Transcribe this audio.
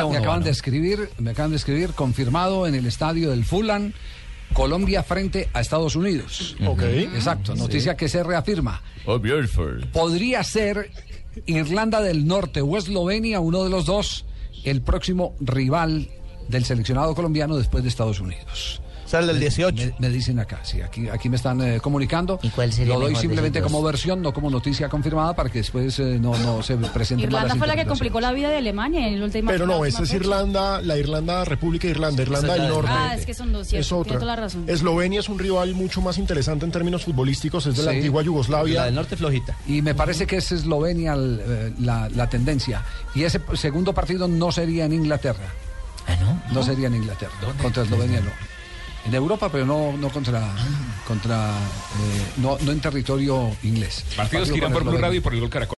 Me acaban de escribir, me acaban de escribir, confirmado en el estadio del Fulan, Colombia frente a Estados Unidos. Ok. Ah, Exacto, noticia que se reafirma. Oh, Bradford. Podría ser Irlanda del Norte o Eslovenia, uno de los dos, el próximo rival del seleccionado colombiano después de Estados Unidos. Sale del 18. Me, me dicen acá, sí, aquí, aquí me están eh, comunicando. ¿Y cuál sería Lo doy mejor de simplemente los dos? como versión, no como noticia confirmada, para que después eh, no, no se presente Irlanda fue la que complicó la vida de Alemania en el último Pero no, esa es Irlanda, la Irlanda, República de Irlanda, Irlanda del Norte. Ah, es que son dos, cierto, Es tiene otra. toda la razón. Eslovenia es un rival mucho más interesante en términos futbolísticos, es de la Sí. antigua Yugoslavia. La del norte flojita. Y me parece que es Eslovenia el, eh, la, la tendencia. Y ese p- segundo partido no sería en Inglaterra. Ah, no. No sería en Inglaterra. Contra Eslovenia no. En Europa, pero no, no contra. Ah. contra eh, no, no en territorio inglés. Partidos Partido que irán con por Blue Eslovenia. Radio y por el Gol Caracol.